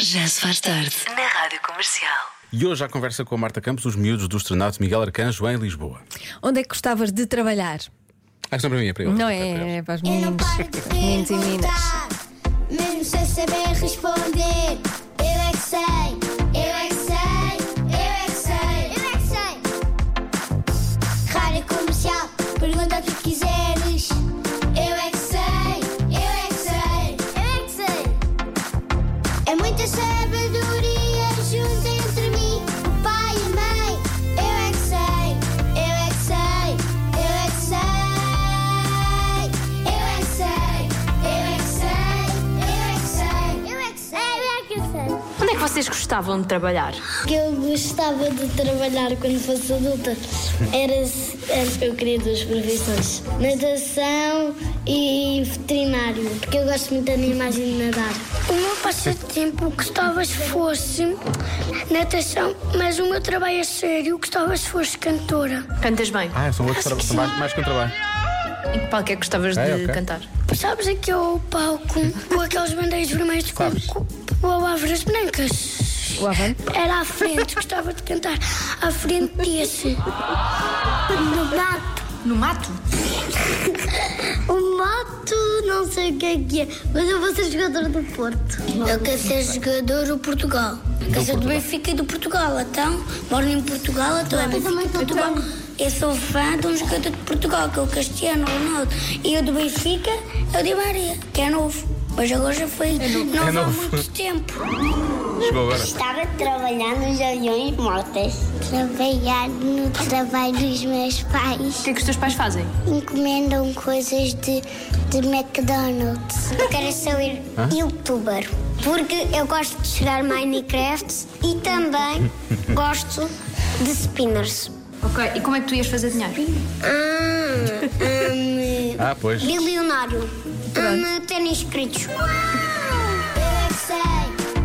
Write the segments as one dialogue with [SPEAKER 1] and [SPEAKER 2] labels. [SPEAKER 1] Já se faz tarde.
[SPEAKER 2] na Rádio Comercial.
[SPEAKER 3] E hoje à conversa com a Marta Campos, os miúdos do Estrenato Miguel Arcanjo em Lisboa.
[SPEAKER 4] Onde é que gostavas de trabalhar?
[SPEAKER 3] Ah, isso não é para mim, é para eles.
[SPEAKER 4] Não
[SPEAKER 3] para eles.
[SPEAKER 4] é, é para os
[SPEAKER 5] Eu não
[SPEAKER 4] meninos,
[SPEAKER 5] paro de
[SPEAKER 4] meninos e meninas.
[SPEAKER 5] perguntar, mesmo sem saber responder. Eu é que sei, eu é que sei, eu é que sei, eu é que sei. Rádio comercial, pergunta o que quiseres. Eu é que sei, eu é que sei, eu é que sei. É muita sabedoria junto entre mim, o pai e a mãe. Eu é que sei, eu é que sei, eu é que sei. Eu é que sei, eu é que sei, eu é que sei. Eu é que sei, eu é que sei.
[SPEAKER 6] Onde é que vocês gostavam de trabalhar?
[SPEAKER 5] que eu gostava de trabalhar quando fosse adulta era eu queria duas profissões natação e veterinário porque eu gosto muito de animais e de nadar o meu passatempo gostava se fosse natação mas o meu trabalho a sério gostava se fosse cantora
[SPEAKER 6] Cantas bem?
[SPEAKER 3] Ah, são outros trabalhos, mais, mais que um trabalho.
[SPEAKER 6] Em que palco é que gostavas
[SPEAKER 3] Ah,
[SPEAKER 6] de
[SPEAKER 3] ok.
[SPEAKER 6] cantar?
[SPEAKER 5] sabes aqui é o palco com aqueles bandeiros vermelhos com,
[SPEAKER 3] Sabes?
[SPEAKER 5] com, com palavras brancas
[SPEAKER 4] O Avan?
[SPEAKER 5] Era à frente, gostava de cantar à frente desse. No mato.
[SPEAKER 6] No mato?
[SPEAKER 5] O mato, não sei o que é que é, mas eu vou ser jogador do Porto. Eu quero ser jogador do Portugal. Quero ser do Benfica e do Portugal, então. Moro em Portugal, então é Benfica e Portugal. Eu sou fã de um jogador de Portugal, que é o Cristiano Ronaldo. E o do Benfica é o Di Maria, que é novo. Mas agora já foi novo,
[SPEAKER 3] É
[SPEAKER 5] há
[SPEAKER 3] novo.
[SPEAKER 5] muito tempo.
[SPEAKER 3] Chegou agora.
[SPEAKER 5] Estava trabalhando nos aviões mortas. Trabalhar no trabalho dos meus
[SPEAKER 6] O
[SPEAKER 5] pais.
[SPEAKER 6] que é que os teus pais fazem?
[SPEAKER 5] Encomendam coisas de, de McDonald's. Eu quero é ser youtuber. Porque eu gosto de jogar Minecraft e também gosto de spinners.
[SPEAKER 6] Ok, e como é que tu ias fazer dinheiro?
[SPEAKER 3] Ah, pois.
[SPEAKER 5] Bilionário. Um tênis inscritos. Eu é que sei,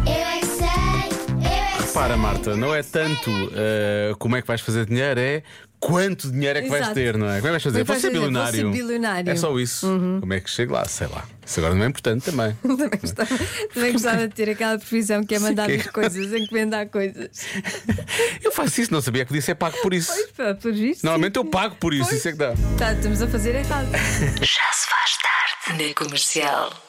[SPEAKER 5] eu é que sei, eu é que sei.
[SPEAKER 3] Para, Marta, não é tanto eh, como é que vais fazer dinheiro, é quanto dinheiro é que vais
[SPEAKER 4] Exato.
[SPEAKER 3] ter, não é? Como é que vais fazer?
[SPEAKER 4] Como é que
[SPEAKER 3] Vou
[SPEAKER 4] vais
[SPEAKER 3] ser
[SPEAKER 4] fazer? Vou
[SPEAKER 3] bilionário.
[SPEAKER 4] ser bilionário. Uhum.
[SPEAKER 3] É só isso. Como é que chego lá? Sei lá. Isso agora não é importante também.
[SPEAKER 4] Também gostava, também gostava de ter aquela profissão que é mandar
[SPEAKER 3] que-
[SPEAKER 4] vir coisas, encomendar coisas.
[SPEAKER 3] eu faço isso, não sabia que podia ser pago por isso.
[SPEAKER 4] Pois, pá, por isso.
[SPEAKER 3] Normalmente eu pago por isso,
[SPEAKER 4] Pois.
[SPEAKER 3] isso é que dá.
[SPEAKER 4] Tá, estamos a fazer errado.
[SPEAKER 2] Já se faz tarde na Comercial.